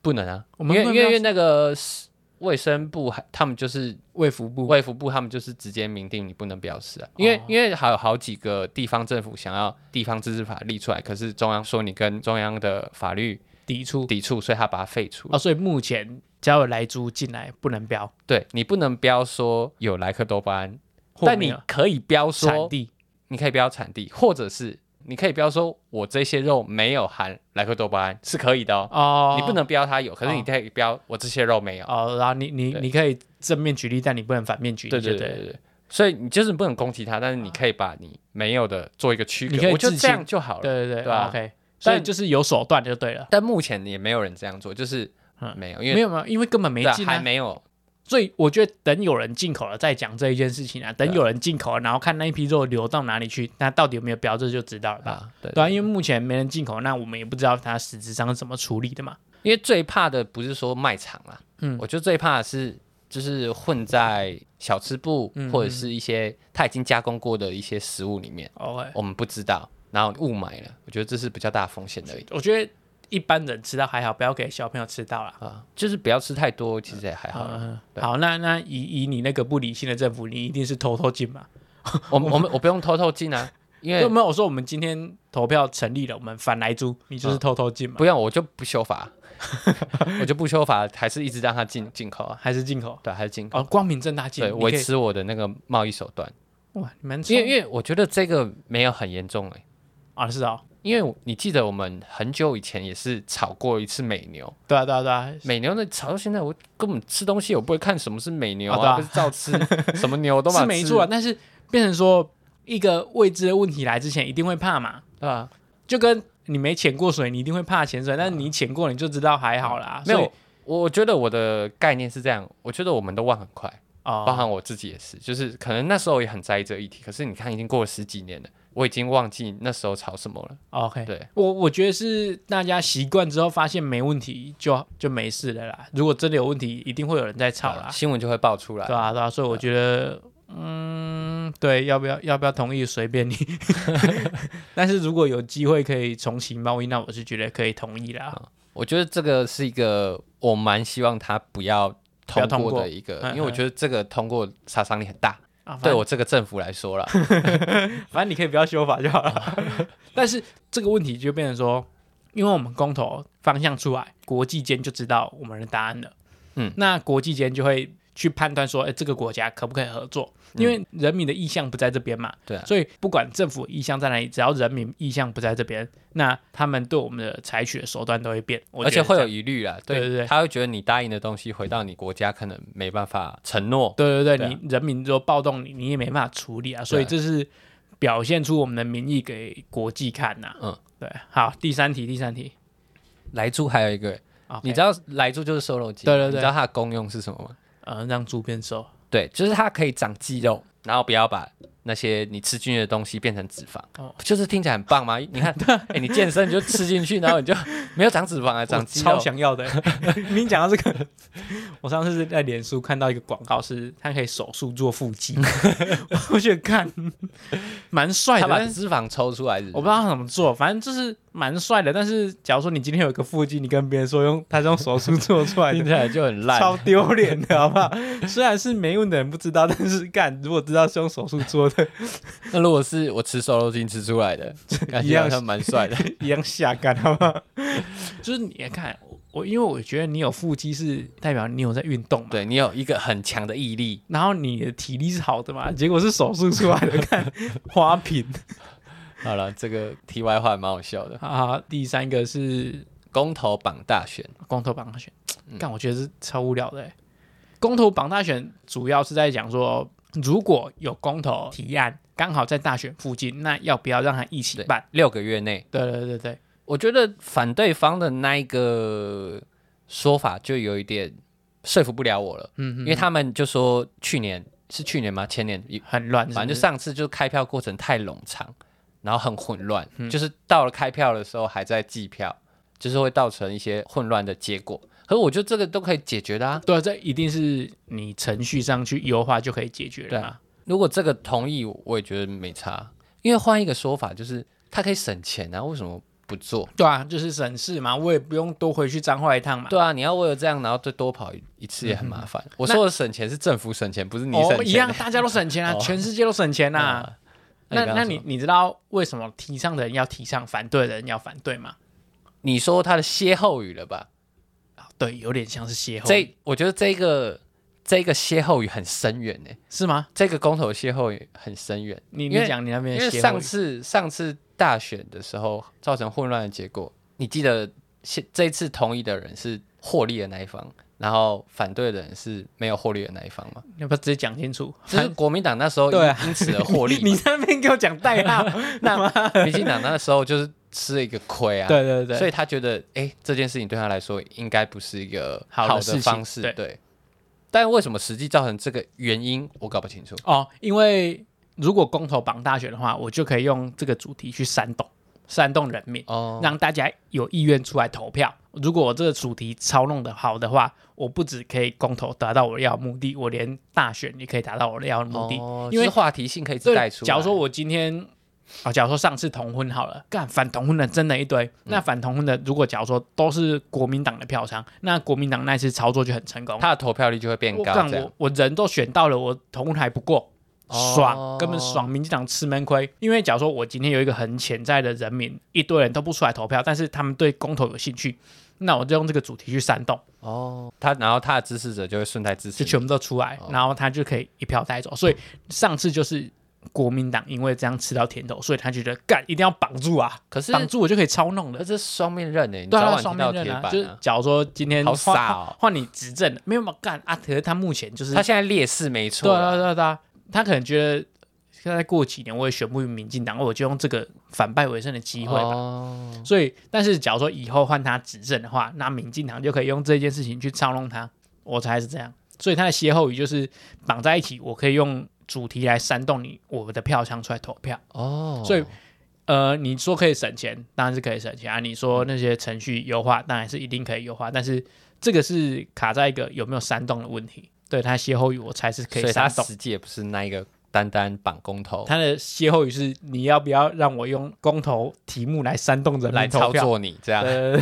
B: 不能啊。
A: 我们
B: 因为
A: 不能
B: 因为
A: 标
B: 因
A: 示
B: 为那个是卫生部还他们就是
A: 卫福部
B: 卫福部，他们就是直接明定你不能标示啊。因为、因为还有好几个地方政府想要地方自治法立出来，可是中央说你跟中央的法律
A: 抵触
B: 抵触，所以他把它废除。
A: 啊，所以目前只要有来猪进来不能标，
B: 对你不能标说有莱克多巴胺，
A: 或
B: 但
A: 没
B: 你
A: 有
B: 可以标
A: 产
B: 说，
A: 地
B: 你可以标产地，或者是你可以标说我这些肉没有含莱克多巴胺，是可以的哦。哦
A: 哦，
B: 你不能标它有，可是你可以标我这些肉没有。
A: 哦，然后你你
B: 对
A: 你可以正面举例，但你不能反面举例，
B: 对对
A: 对
B: 对
A: 了
B: 对对，所以你就是不能攻击它，但是你可以把你没有的做一个区隔，
A: 你可以
B: 我觉得
A: 自
B: 这
A: 信
B: 样就好了。
A: 对对对
B: 对啊
A: o k 所以就是有手段就对了，
B: 但目前也没有人这样做，就是
A: 嗯
B: 没有，因
A: 没
B: 为
A: 有没有，因为根本没
B: 对啊
A: 进
B: 还
A: 啊，
B: 没有
A: 所以我觉得等有人进口了再讲这一件事情啊，等有人进口了，然后看那一批肉流到哪里去，那到底有没有标，这就知道了吧？
B: 啊，对
A: 对啊，因为目前没人进口，那我们也不知道它实质上是怎么处理的嘛。
B: 因为最怕的不是说卖场啦，嗯
A: 嗯，
B: 我觉得最怕的是就是混在小吃部
A: 嗯
B: 或者是一些它已经加工过的一些食物里面，
A: OK，
B: 我们不知道，然后雾霾了，我觉得这是比较大的风险而已
A: 我觉得一般人吃到还好，不要给小朋友吃到啦。
B: 啊，就是不要吃太多，其实也还好啦。
A: 嗯，
B: 对
A: 好，那那以以你那个不理性的政府，你一定是偷偷进嘛？
B: 我们我们我不用偷偷进啊，因
A: 有
B: 为
A: 没有？我说我们今天投票成立了，我们反来租，你
B: 啊
A: 就是偷偷进嘛？
B: 不用我就不修法， <laughs> 我就不修法，还是一直让它进进口啊，
A: 还是进口？
B: 对，还是进口，
A: 哦，光明正大进，
B: 对，
A: 你可
B: 维
A: 以
B: 持我的那个贸易手段，
A: 哇，你们
B: 因为
A: 冲
B: 因为我觉得这个没有很严重哎、
A: 啊是哦，
B: 因为你记得我们很久以前也是炒过一次美牛，
A: 对啊对啊对啊，
B: 美牛那炒到现在，我根本吃东西我不会看什么是美牛
A: 啊对啊
B: 不是照吃，
A: <laughs>
B: 什么牛我都把
A: 是
B: 它
A: 没
B: 吃
A: 错啊，但是变成说一个未知的问题来之前，一定会怕嘛，
B: 对吧？
A: 就跟你没潜过水，你一定会怕潜水，但是你潜过你就知道还好啦，
B: 啊没
A: 啊所
B: 有
A: 以，
B: 我觉得我的概念是这样，我觉得我们都忘很快，包
A: 哦，
B: 含我自己也是，就是可能那时候也很在意这个议题，可是你看已经过了十几年了，我已经忘记那时候吵什么了。
A: OK，
B: 对，
A: 我我觉得是大家习惯之后发现没问题就就没事了啦，如果真的有问题，一定会有人在吵啦
B: 呃，新闻就会爆出来。
A: 对啊，对啊，所以我觉得，嗯，对，要不要要不要同意随便你。 <laughs> 但是如果有机会可以重启贸易，那我是觉得可以同意啦。
B: 我觉得这个是一个我蛮希望他不要
A: 不
B: 通
A: 要通
B: 过
A: 过
B: 的一个，
A: 嗯
B: 因为我觉得这个通过杀伤力很大，
A: 啊，反
B: 对
A: 正
B: 我这个政府来说了。
A: 反正你可以不要修法就好了。 <laughs> 但是这个问题就变成说，因为我们公投方向出来，国际间就知道我们的答案了。
B: 嗯，
A: 那国际间就会去判断说，哎、这个国家可不可以合作？因为人民的意向不在这边嘛，
B: 嗯对啊
A: 所以不管政府意向在哪里，只要人民意向不在这边，那他们对我们的采取的手段都会变， <laughs> 我
B: 而
A: 觉
B: 且
A: 得
B: 会
A: 这
B: 有
A: 样
B: 疑虑啦，
A: 对对对
B: 他会觉得你答应的东西回到你国家可能没办法承诺，
A: 对对
B: 对
A: 对，
B: 啊
A: 你人民就暴动你，你也没办法处理啊，所以这是表现出我们的民意给国际看呐、
B: 嗯，
A: 对，好，第三题，第三题
B: 莱猪还有一个，
A: 啊，
B: 你知道莱猪就是瘦肉精，
A: 对对对
B: 你知道它的功用是什么吗？
A: 呃，让猪变瘦。
B: 对，就是它可以长肌肉，然后不要把那些你吃进去的东西变成脂肪，
A: 哦
B: 就是听起来很棒嘛。
A: <laughs>
B: 你看，哎、你健身你就吃进去，然后你就没有长脂肪啊，
A: 我
B: 长肌
A: 超
B: 肉。
A: 想要的。 <laughs> 你讲到这个，我上次在脸书看到一个广告是，他可以手术做腹 <laughs> 肌，我去看，蛮帅
B: 他
A: 的。
B: 把
A: 但是
B: 脂肪抽出来是不是
A: 我不知道他怎么做，反正就是蛮帅的。但是假如说你今天有一个腹肌，你跟别人说用他是用手术做出来
B: 听
A: 的，
B: 起来就很烂。
A: 超丢脸的好不 <laughs> 好？虽然是没用的人不知道，但是干如果知道是用手术做的，
B: 那如果是我吃瘦肉精吃出来的，感
A: 一
B: 觉
A: 样
B: 好像蛮帅的。
A: 一样下干好不好？就是你看我，因为我觉得你有腹肌是代表你有在运动嘛，
B: 对你有一个很强的毅力，
A: 然后你的体力是好的嘛，结果是手术出来 <laughs> 的，看花瓶
B: 好了，这个题外话蛮好笑的。
A: 啊。第三个是
B: 公投榜大选，
A: 公投榜大选，但我觉得是超无聊的欸。公投榜大选主要是在讲说，如果有公投提案刚好在大选附近，那要不要让它一起
B: 对
A: 办？
B: 六个月内，
A: 对对对对，
B: 我觉得反对方的那一个说法就有一点说服不了我了，
A: 嗯，
B: 因为他们就说去年是去年吗？前年
A: 很乱，是不
B: 反正就是上次就开票过程太冗长，然后很混乱，
A: 嗯
B: 就是到了开票的时候还在计票，就是会造成一些混乱的结果。可是我觉得这个都可以解决的啊。
A: 对，这一定是你程序上去优化就可以解决
B: 对
A: 的嘛
B: 啊。如果这个同意，我也觉得没差，因为换一个说法就是它可以省钱啊，为什么不做？
A: 对啊，就是省事嘛，我也不用多回去彰化一趟嘛。嗯
B: 对啊，你要为了这样，然后再多跑一一次也很麻烦。我说的省钱是政府省钱，不是你省钱。
A: 哦，一样，大家都省钱啊，
B: <laughs> 哦
A: 全世界都省钱啊。
B: <laughs> 啊
A: 那
B: 刚
A: 那
B: 刚说
A: 你你知道为什么提倡的人要提倡，反对的人要反对吗？
B: 你说他的歇后语了吧？
A: 啊对，有点像是邂逅，
B: 这我觉得这个这个歇后语很深远呢、
A: 是吗？
B: 这个公投的歇后语很深远，
A: 你
B: 因为
A: 你讲你那边
B: 因
A: 的
B: 为
A: 邂逅
B: 上次上次大选的时候造成混乱的结果，你记得现这一次同意的人是获利的那一方，然后反对的人是没有获利的那一方嘛？
A: 你要不要直接讲清楚？
B: 就是国民党那时候因,、
A: 对啊
B: 因此而获利
A: <laughs> 你
B: 嘛，
A: 在那边给我讲代
B: <laughs>
A: 号，那么 <laughs>
B: 民进党那时候就是吃了一个亏啊。
A: 对对对，
B: 所以他觉得，哎、这件事情对他来说应该不是一个
A: 好的事
B: 的
A: 情
B: 方式，
A: 对
B: 对。但为什么实际造成这个原因，我搞不清楚。
A: 哦，因为如果公投榜大选的话，我就可以用这个主题去煽动煽动人民，
B: 哦，
A: 让大家有意愿出来投票。如果我这个主题操弄的好的话，我不只可以公投达到我要的目的，我连大选也可以达到我要的目的。
B: 哦
A: 因为
B: 是话题性可以
A: 对，
B: 带出来。
A: 假如说我今天，啊，假如说上次同婚好了，干反同婚的真的一堆，
B: 嗯
A: 那反同婚的如果假如说都是国民党的票仓，那国民党那次操作就很成功。
B: 他的投票率就会变
A: 我
B: 高，
A: 干
B: 这样
A: 我我人都选到了，我同婚还不过，
B: 哦
A: 爽，根本爽！民进党吃闷亏。因为假如说我今天有一个很潜在的人民，一堆人都不出来投票，但是他们对公投有兴趣，那我就用这个主题去煽动，
B: 哦，他然后他的支持者就会顺带支
A: 就
B: 持你。
A: 全部都出来，
B: 哦
A: 然后他就可以一票带走。所以上次就是国民党因为这样吃到甜头，所以他觉得干一定要绑住啊，
B: 可是
A: 绑住我就可以操弄
B: 可
A: 了。
B: 是双面刃呢，你
A: 对
B: 早
A: 啊，
B: 晚
A: 双
B: 听到
A: 面
B: 铁
A: 刃啊，
B: 板啊。
A: 就是假如说今天
B: 好
A: 换
B: 傻
A: 换
B: 哦
A: 换你执政了，没有嘛干啊，可是他目前就是
B: 他现在劣势没错
A: 对啊
B: 啦，
A: 对啊对啊，他可能觉得现在过几年我也选不赢民进党，我就用这个反败为胜的机会吧。
B: 哦
A: 所以，但是假如说以后换他执政的话，那民进党就可以用这件事情去操弄他，我猜是这样。所以他的歇后语就是绑在一起，我可以用主题来煽动你我的票箱出来投票。
B: 哦，
A: 所以呃，你说可以省钱，当然是可以省钱啊。你说那些程序优化，当然是一定可以优化，但是这个是卡在一个有没有煽动的问题。对他歇后语，我猜是可
B: 所以他
A: 煽动。
B: 实际也不是那一个单单绑公投
A: 他的歇后语是：你要不要让我用公投题目来煽动人
B: 来
A: 民
B: 操
A: 投票？
B: 作你这样。
A: 呃，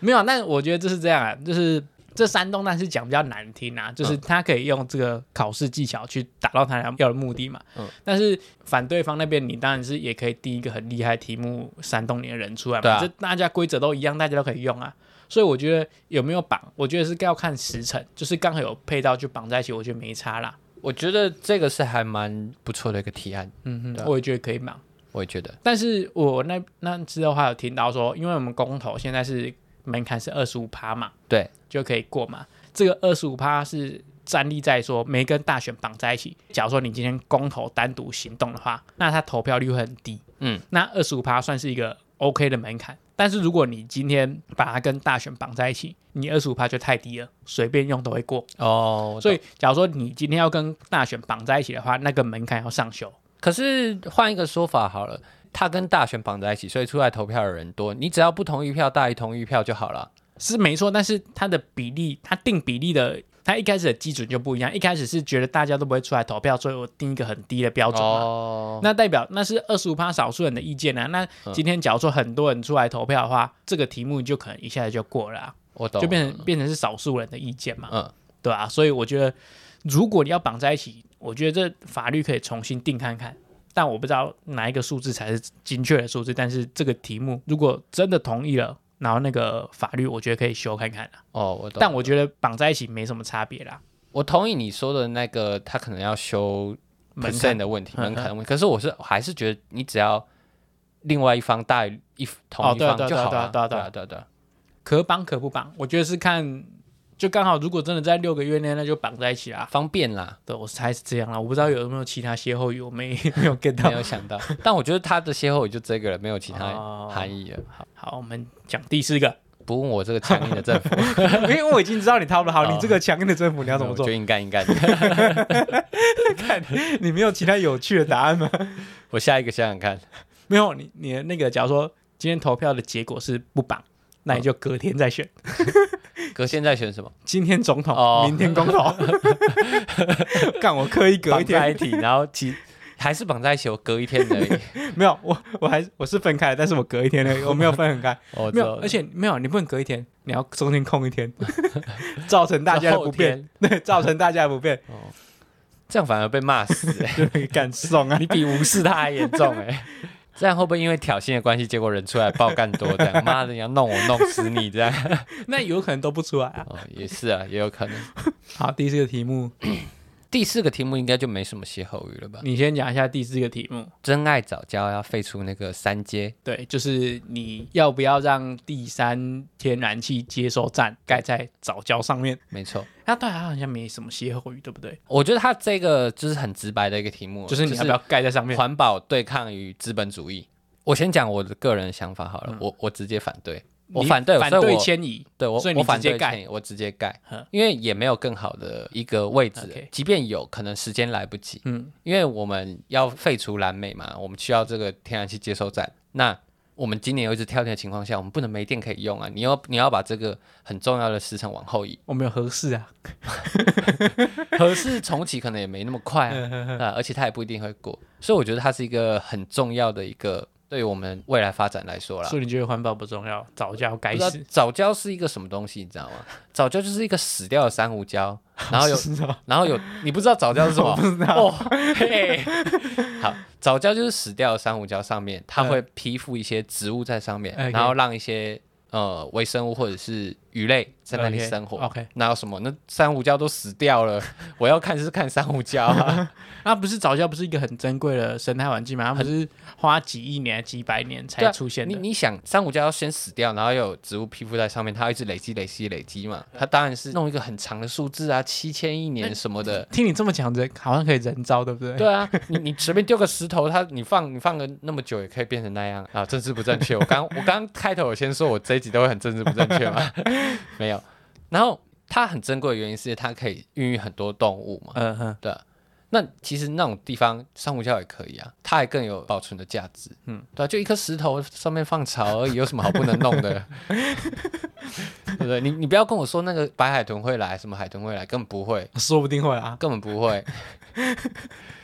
A: 没有，但我觉得这是这样啊，就是这煽动，但是讲比较难听啊，就是他可以用这个考试技巧去达到他要的目的嘛。
B: 嗯
A: 但是反对方那边，你当然是也可以定一个很厉害的题目煽动你的人出来嘛，
B: 对啊
A: 这大家规则都一样，大家都可以用啊。所以我觉得有没有绑，我觉得是要看时辰，就是刚好有配到就绑在一起，我觉得没差啦。
B: 我觉得这个是还蛮不错的一个提案，
A: 嗯
B: 对
A: 哼，
B: 啊
A: 我也觉得可以绑。
B: 我也觉得。
A: 但是我那那之后还有听到说，因为我们公投现在是门槛是二十五趴嘛，
B: 对，
A: 就可以过嘛。这个二十五趴是站立在说没跟大选绑在一起。假如说你今天公投单独行动的话，那它投票率会很低。
B: 嗯，
A: 那二十五趴算是一个 OK 的门槛。但是如果你今天把它跟大选绑在一起，你二十五趴就太低了，随便用都会过。
B: 哦
A: 所以，假如说你今天要跟大选绑在一起的话，那个门槛要上修。
B: 可是换一个说法好了，他跟大选绑在一起，所以出来投票的人多，你只要不同意票大于同意票就好了。
A: 是没错，但是它的比例，它定比例的，它一开始的基准就不一样。一开始是觉得大家都不会出来投票，所以我定一个很低的标准嘛。
B: 哦，
A: 那代表那是二十五趴少数人的意见啊。那今天假如说很多人出来投票的话，这个题目就可能一下子就过了、啊，
B: 我懂了，
A: 就变成变成是少数人的意见嘛，
B: 嗯，
A: 对吧、所以我觉得，如果你要绑在一起，我觉得这法律可以重新定看看。但我不知道哪一个数字才是精确的数字，但是这个题目如果真的同意了，然后那个法律我觉得可以修看看啊。
B: 哦，我懂。
A: 但我觉得绑在一起没什么差别啦，
B: 我同意你说的那个，他可能要修
A: 门
B: percent
A: 槛
B: 的问题，
A: 嗯
B: 门槛的问题。可是我是还是觉得，你只要另外一方大于一同
A: 哦
B: 一
A: 对啊
B: 方
A: 对啊
B: 就好
A: 对啊
B: 了。
A: 对啊对啊
B: 啊对啊对啊，
A: 可绑可不绑，我觉得是看，就刚好如果真的在六个月内，那就绑在一起啦。啊
B: 方便啦，
A: 对，我猜是这样啦，我不知道有没有其他歇后语，我没没有 get 到
B: 没。有想 <laughs> 到。但我觉得他的歇后语就这个了，没有其他
A: 哦
B: 含义了。
A: 好，我们讲第四个，
B: 不问我这个强硬的政府，
A: 因为 <laughs> 我已经知道你掏不好，
B: 哦
A: 你这个强硬的政府你要怎么
B: 我
A: 做
B: 就？应该应该。
A: <laughs> 你没有其他有趣的答案吗？
B: <laughs> 我下一个想想看。
A: 没有，你你的那个，假如说今天投票的结果是不绑，那你就隔天再选，
B: 哥现在选什么？
A: 今天总统，
B: 哦
A: 明天公 <laughs> 投。干，我刻意隔一
B: 绑在
A: 天
B: 一，起，然后其还是绑在一起，我隔一天而已。
A: 没有，我我还我是分开的，但是我隔一天 <laughs> 而已，我没有分很开。
B: 我
A: <laughs> 没有，而且没有，你不能隔一天，你要中间空一 <laughs> 天，造成大家的不便，对，造成大家的不便， <laughs>
B: 这样反而被骂死、欸，
A: 就 <laughs> 会感爽啊！
B: 你比无视他还严重哎、这样会不会因为挑衅的关系，结果人出来爆干多？这样妈的，你要弄我弄死你
A: <laughs>
B: 这样？
A: 那有可能都不出来啊。
B: 哦，也是啊，也有可能。
A: 好，第四个题目，
B: 第四个题目应该就没什么歇后语了吧？
A: 你先讲一下第四个题目。
B: 真爱早教要废除那个三阶，
A: 对，就是你要不要让第三天然气接收站盖在早教上面？
B: 没错。
A: 那对它好像没什么歇后语，对不对？
B: 我觉得他这个就是很直白的一个题目了，
A: 就是你要不要盖在上面？
B: 环保对抗于资本主义。我先讲我的个人想法好了，我我直接反对，我
A: 嗯你
B: 反对，
A: 反
B: 所以
A: 对
B: 我
A: 迁移。
B: 对我
A: 所以你
B: 我反
A: 直接
B: 对
A: 盖
B: 迁移，我直接盖
A: 哼，
B: 因为也没有更好的一个位置
A: OK
B: 即便有可能时间来不及，
A: 嗯，
B: 因为我们要废除燃煤嘛，我们需要这个天然气接收站。那我们今年又一直跳电的情况下，我们不能没电可以用啊！你要你要把这个很重要的时程往后移，
A: 我们有合适啊。 <laughs>
B: 可是重启可能也没那么快啊。
A: 嗯哼哼
B: 啊，而且它也不一定会过，所以我觉得它是一个很重要的一个对于我们未来发展来说啦。
A: 所以你觉得环保不重要，早教
B: 不
A: 该
B: 知道
A: 死。
B: 早教是一个什么东西，你知道吗？早教就是一个死掉的珊瑚礁，然后
A: <laughs>
B: 有，
A: 是哦
B: 然后有，你不知道早教是什么？
A: <laughs> 不知道
B: 哦，嘿，好，早教就是死掉的珊瑚礁上面，它会披附一些植物在上面，
A: OK
B: 然后让一些呃微生物或者是鱼类在那里
A: OK，哦
B: 生活。
A: OK
B: 哪有什么？那珊瑚礁都死掉了，我要看是看珊瑚礁啊。
A: 那不是早教不是一个很珍贵的生态环境吗？它不是花几亿年、几百年
B: 对
A: 才
B: 啊
A: 出现
B: 你
A: 的。。
B: 你想，珊瑚礁要先死掉，然后又有植物皮肤在上面，它要一直累积、累积、累积嘛。它当然是弄一个很长的数字啊，七千亿年什么的
A: 听你这么讲，人好像可以人造，对不对？
B: 对啊，你你随便丢个石头，它你放你放个那么久也可以变成那样 <laughs> 啊！政治不正确，我刚我刚开头有先说我这一集都会很政治不正确 <laughs> 嘛，没有。然后它很珍贵的原因是它可以孕育很多动物嘛，
A: 嗯哼，
B: 对啊，那其实那种地方珊瑚礁也可以啊，它还更有保存的价值。嗯，对啊，就一颗石头上面放草而已，有什么好不能弄
A: <laughs>
B: 的？对不对？你你不要跟我说那个白海豚会来，什么海豚会来，根本不会，
A: 说不定会啊。
B: 根本不会。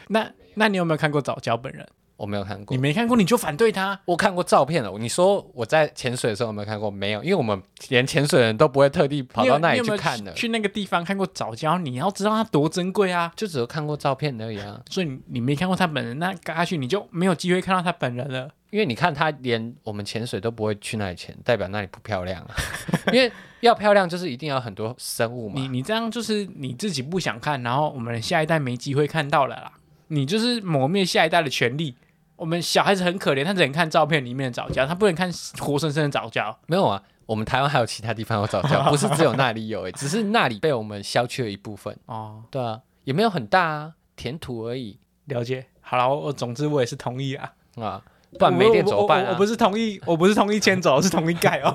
A: 那那你有没有看过早教本人？
B: 我没有看过
A: 你，没看过你就反对他，
B: 我看过照片了。你说我在潜水的时候有没有看过？没有，因为我们连潜水的人都不会特地跑
A: 你有
B: 到那
A: 你
B: 里
A: 有没
B: 去
A: 有
B: 看的，
A: 去那个地方看过早教，你要知道它多珍贵啊。
B: 就只有看过照片而已啊。
A: 所以你你没看过他本人，那嘎下去你就没有机会看到他本人了。
B: 因为你看他连我们潜水都不会去那里潜，代表那里不漂亮啊。 <laughs> 因为要漂亮就是一定要很多生物
A: 你
B: 嘛。
A: 你这样就是你自己不想看，然后我们的下一代没机会看到了啦。你就是磨灭下一代的权利。我们小孩子很可怜，他只能看照片里面的早教，他不能看活生生的早教。
B: 没有啊，我们台湾还有其他地方有早教，不是只有那里有诶、欸只是那里被我们消去了一部分。
A: 哦，
B: 对啊，也没有很大啊，填土而已
A: 了解。好了，我我总之我也是同意啊。
B: 啊。不然没电怎
A: 我
B: 么办
A: 我我
B: 啊
A: 不？是同意，我不是同意迁走，是同意盖哦。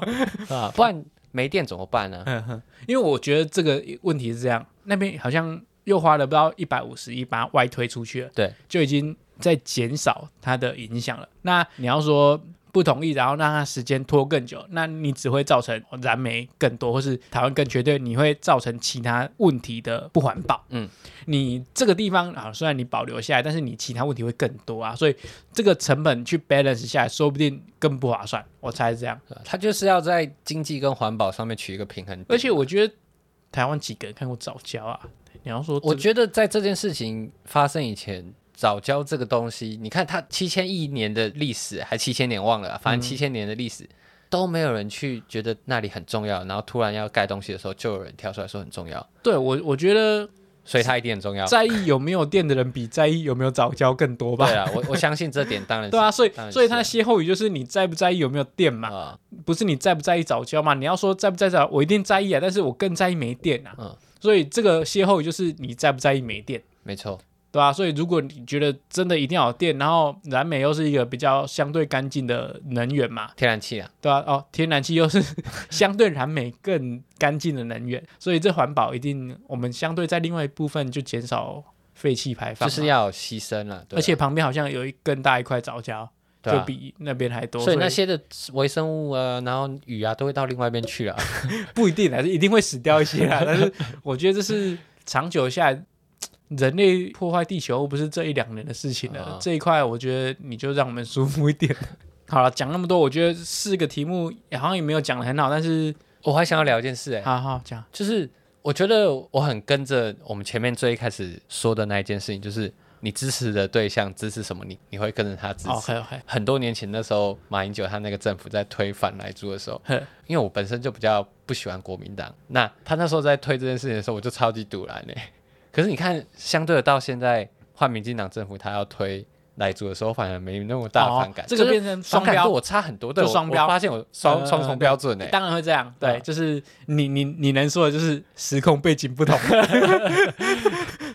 B: 啊，不然没电怎么办呢、
A: 嗯哼，因为我觉得这个问题是这样，那边好像又花了不到一百五十亿把它外推出去了，
B: 对，
A: 就已经在减少它的影响了。那你要说不同意，然后让它时间拖更久，那你只会造成燃煤更多，或是台湾更缺对，你会造成其他问题的不环保。
B: 嗯，
A: 你这个地方啊，虽然你保留下来，但是你其他问题会更多啊，所以这个成本去 balance 下来，说不定更不划算。我猜是这样。
B: 对吧它就是要在经济跟环保上面取一个平衡点。
A: 而且我觉得台湾几个人看过早教啊？你要说这个、
B: 我觉得在这件事情发生以前，早教这个东西，你看它七千亿年的历史，还七千年忘了啊，反正
A: 嗯
B: 七千年的历史、都没有人去觉得那里很重要，然后突然要盖东西的时候，就有人跳出来说很重要，
A: 对我，我觉得
B: 所以它一定很重要。
A: 在意有没有电的人比在意有没有早教更多吧
B: 对。啊，我我相信这点当然
A: <laughs>
B: 是
A: 对啊，所以
B: 当然是
A: 所以它的歇后语就是你在不在意有没有电嘛，
B: 啊、
A: 不是你在不在意早教嘛？你要说在不在意早，我一定在意啊，但是我更在意没电啊。
B: 嗯
A: 所以这个歇后语就是你在不在意没电。
B: 没错，
A: 对吧、所以如果你觉得真的一定要有电，然后燃煤又是一个比较相对干净的能源嘛，
B: 天然气啊，
A: 对啊，哦，天然气又是 <laughs> 相对燃煤更干净的能源，所以这环保一定，我们相对在另外一部分就减少废气排放
B: 就
A: 嘛，
B: 是要有牺牲了、对啊
A: 而且旁边好像有一更大一块早教，
B: 对
A: 就
B: 啊
A: 比那边还多，
B: 所以那些的微生物啊，然后鱼啊，都会到另外一边去了。
A: 不一定啊还是一定会死掉一些
B: <laughs>
A: 啦。但是我觉得这是长久下来，人类破坏地球不是这一两年的事情了。
B: 啊
A: 这一块我觉得你就让我们舒服一点。好了， <laughs> 讲那么多，我觉得四个题目好像也没有讲的很好，但是
B: 我还想要聊一件事、哎，
A: 好好讲，
B: 就是我觉得我很跟着我们前面最一开始说的那一件事情，就是你支持的对象支持什么你，你会跟着他支持。
A: OK OK。
B: 很多年前那时候，马英九他那个政府在推反来租的
A: <laughs>
B: 时候
A: 呵，
B: 因为我本身就比较不喜欢国民党，那他那时候在推这件事情的时候，我就超级堵然呢、欸可是你看，相对的到现在换民进党政府，他要推来租的时候，反而没那么大的反感，
A: 哦这个
B: 就是
A: 变成双
B: 反
A: 标
B: 感
A: 呃
B: 度我差很多，对
A: 就
B: 我
A: 双标
B: 我发现我双
A: 呃
B: 双重标准呢、
A: 当然会这样，对，
B: 嗯
A: 就是你你你能说的就是时空背景
B: <laughs>
A: 不同，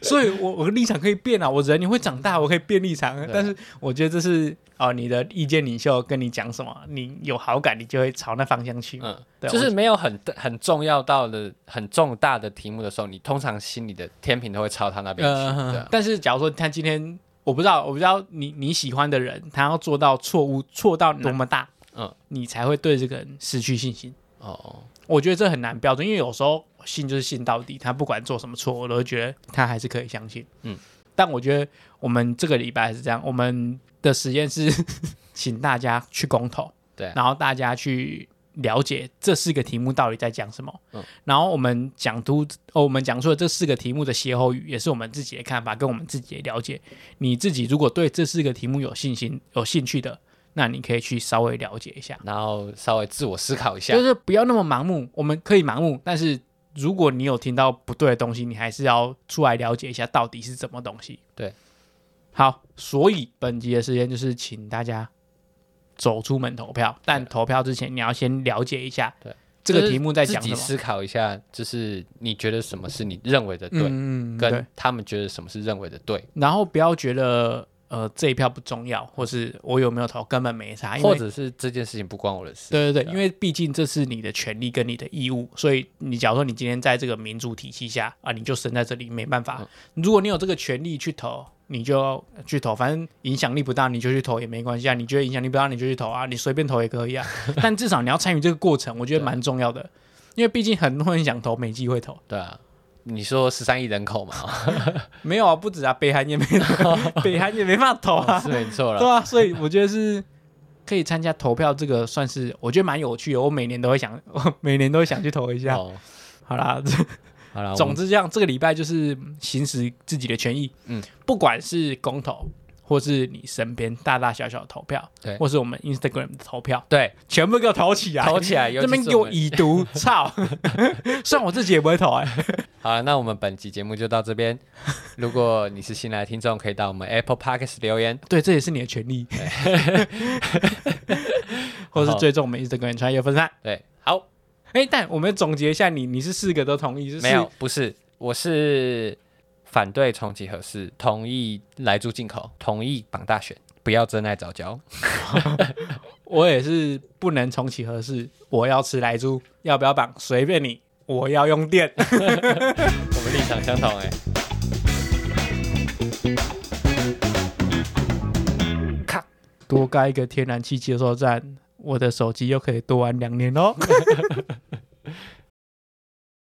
A: 所以我我的立场可以变啊，我人你会长大，我可以变立场，啊但是我觉得这是哦，你的意见领袖跟你讲什么，你有好感，你就会朝那方向去。
B: 嗯，
A: 对
B: 就是没有很很重要到的、很重大的题目的时候，你通常心里的天平都会朝他那边去。对
A: 呃
B: 啊，
A: 但是假如说他今天我不知道，我不知道你你喜欢的人，他要做到错误错到多么大，
B: 嗯，
A: 你才会对这个人失去信心。
B: 哦，
A: 我觉得这很难标准，因为有时候信就是信到底，他不管做什么错，我都会觉得他还是可以相信。
B: 嗯，
A: 但我觉得我们这个礼拜还是这样，我们的实验
B: <laughs>
A: 是请大家去公投，
B: 对啊
A: 然后大家去了解这四个题目到底在讲什么。
B: 嗯，
A: 然后我们讲出、哦，我们讲出了这四个题目的歇后语，也是我们自己的看法跟我们自己的了解。你自己如果对这四个题目有信心、有兴趣的，那你可以去稍微了解一下。
B: 然后稍微自我思考一下
A: 就。是不要那么盲目。我们可以盲目，但是如果你有听到不对的东西，你还是要出来了解一下到底是什么东西。
B: 对，
A: 好，所以本集的时间就是请大家走出门投票，但投票之前你要先了解一下，
B: 对
A: 这个题目在
B: 就是
A: 讲
B: 自
A: 什
B: 己
A: 么。
B: 思考一下，就是你觉得什么是你认为的对，
A: 嗯，嗯嗯对
B: 跟。他们觉得什么是认为的对，
A: 然后不要觉得呃这一票不重要，或是我有没有投根本没差，因为
B: 或者是这件事情不关我的事。
A: 对对对，
B: 啊对啊
A: 因为毕竟这是你的权利跟你的义务，所以你假如说你今天在这个民主体系下啊，你就生在这里没办法。如果你有这个权利去投，你就去投，反正影响力不大，你就去投也没关系啊。你觉得影响力不大，你就去投啊，你随便投也可以啊。但至少你要参与这个过程，我觉得蛮重要的，因为毕竟很多人想投，没机会投。
B: 对啊，你说十三亿人口 <laughs> 嘛，
A: 没有啊，不止啊，北韩也没投，北韩也没办法投啊。
B: 是没错
A: 对
B: 了。
A: 啊，所以我觉得是可以参加投票，这个算是我觉得蛮有趣的。我每年都会想， <laughs> 我每年都会想去投一下。
B: 哦，
A: 好啦，
B: 好了，
A: 总
B: 之
A: 之这样，这个礼拜就是行使自己的权益。
B: 嗯，
A: 不管是公投，或是你身边大大小小的投票，
B: 对
A: 或是我们 Instagram 的投票，
B: 对
A: 全部给我投起来，
B: 投
A: <laughs>
B: 起来，尤
A: 这
B: 其
A: 边
B: 是
A: 给
B: 我
A: 我
B: 们
A: 已读，操！ <laughs> 虽然我自己也不会投
B: <laughs>
A: 哎、
B: 好了，那我们本期节目就到这边。如果你是新来的听众，可以到我们 Apple Podcast 留言。
A: 对，这也是你的权利，哎
B: <laughs>
A: 或是追踪我们 Instagram 穿越分散。
B: 对，好，
A: 哎、但我们总结一下你，你是四个都同意，是
B: 没有，不是，我是反对重启合适，同意来租进口，同意绑大选，不要真爱早教。
A: 我也是不能重启合适，我要吃来猪，要不要绑随便你，我要用电。
B: 我们立场相同哎、
A: 咔，多盖一个天然气接收站，我的手机又可以多玩两年哦。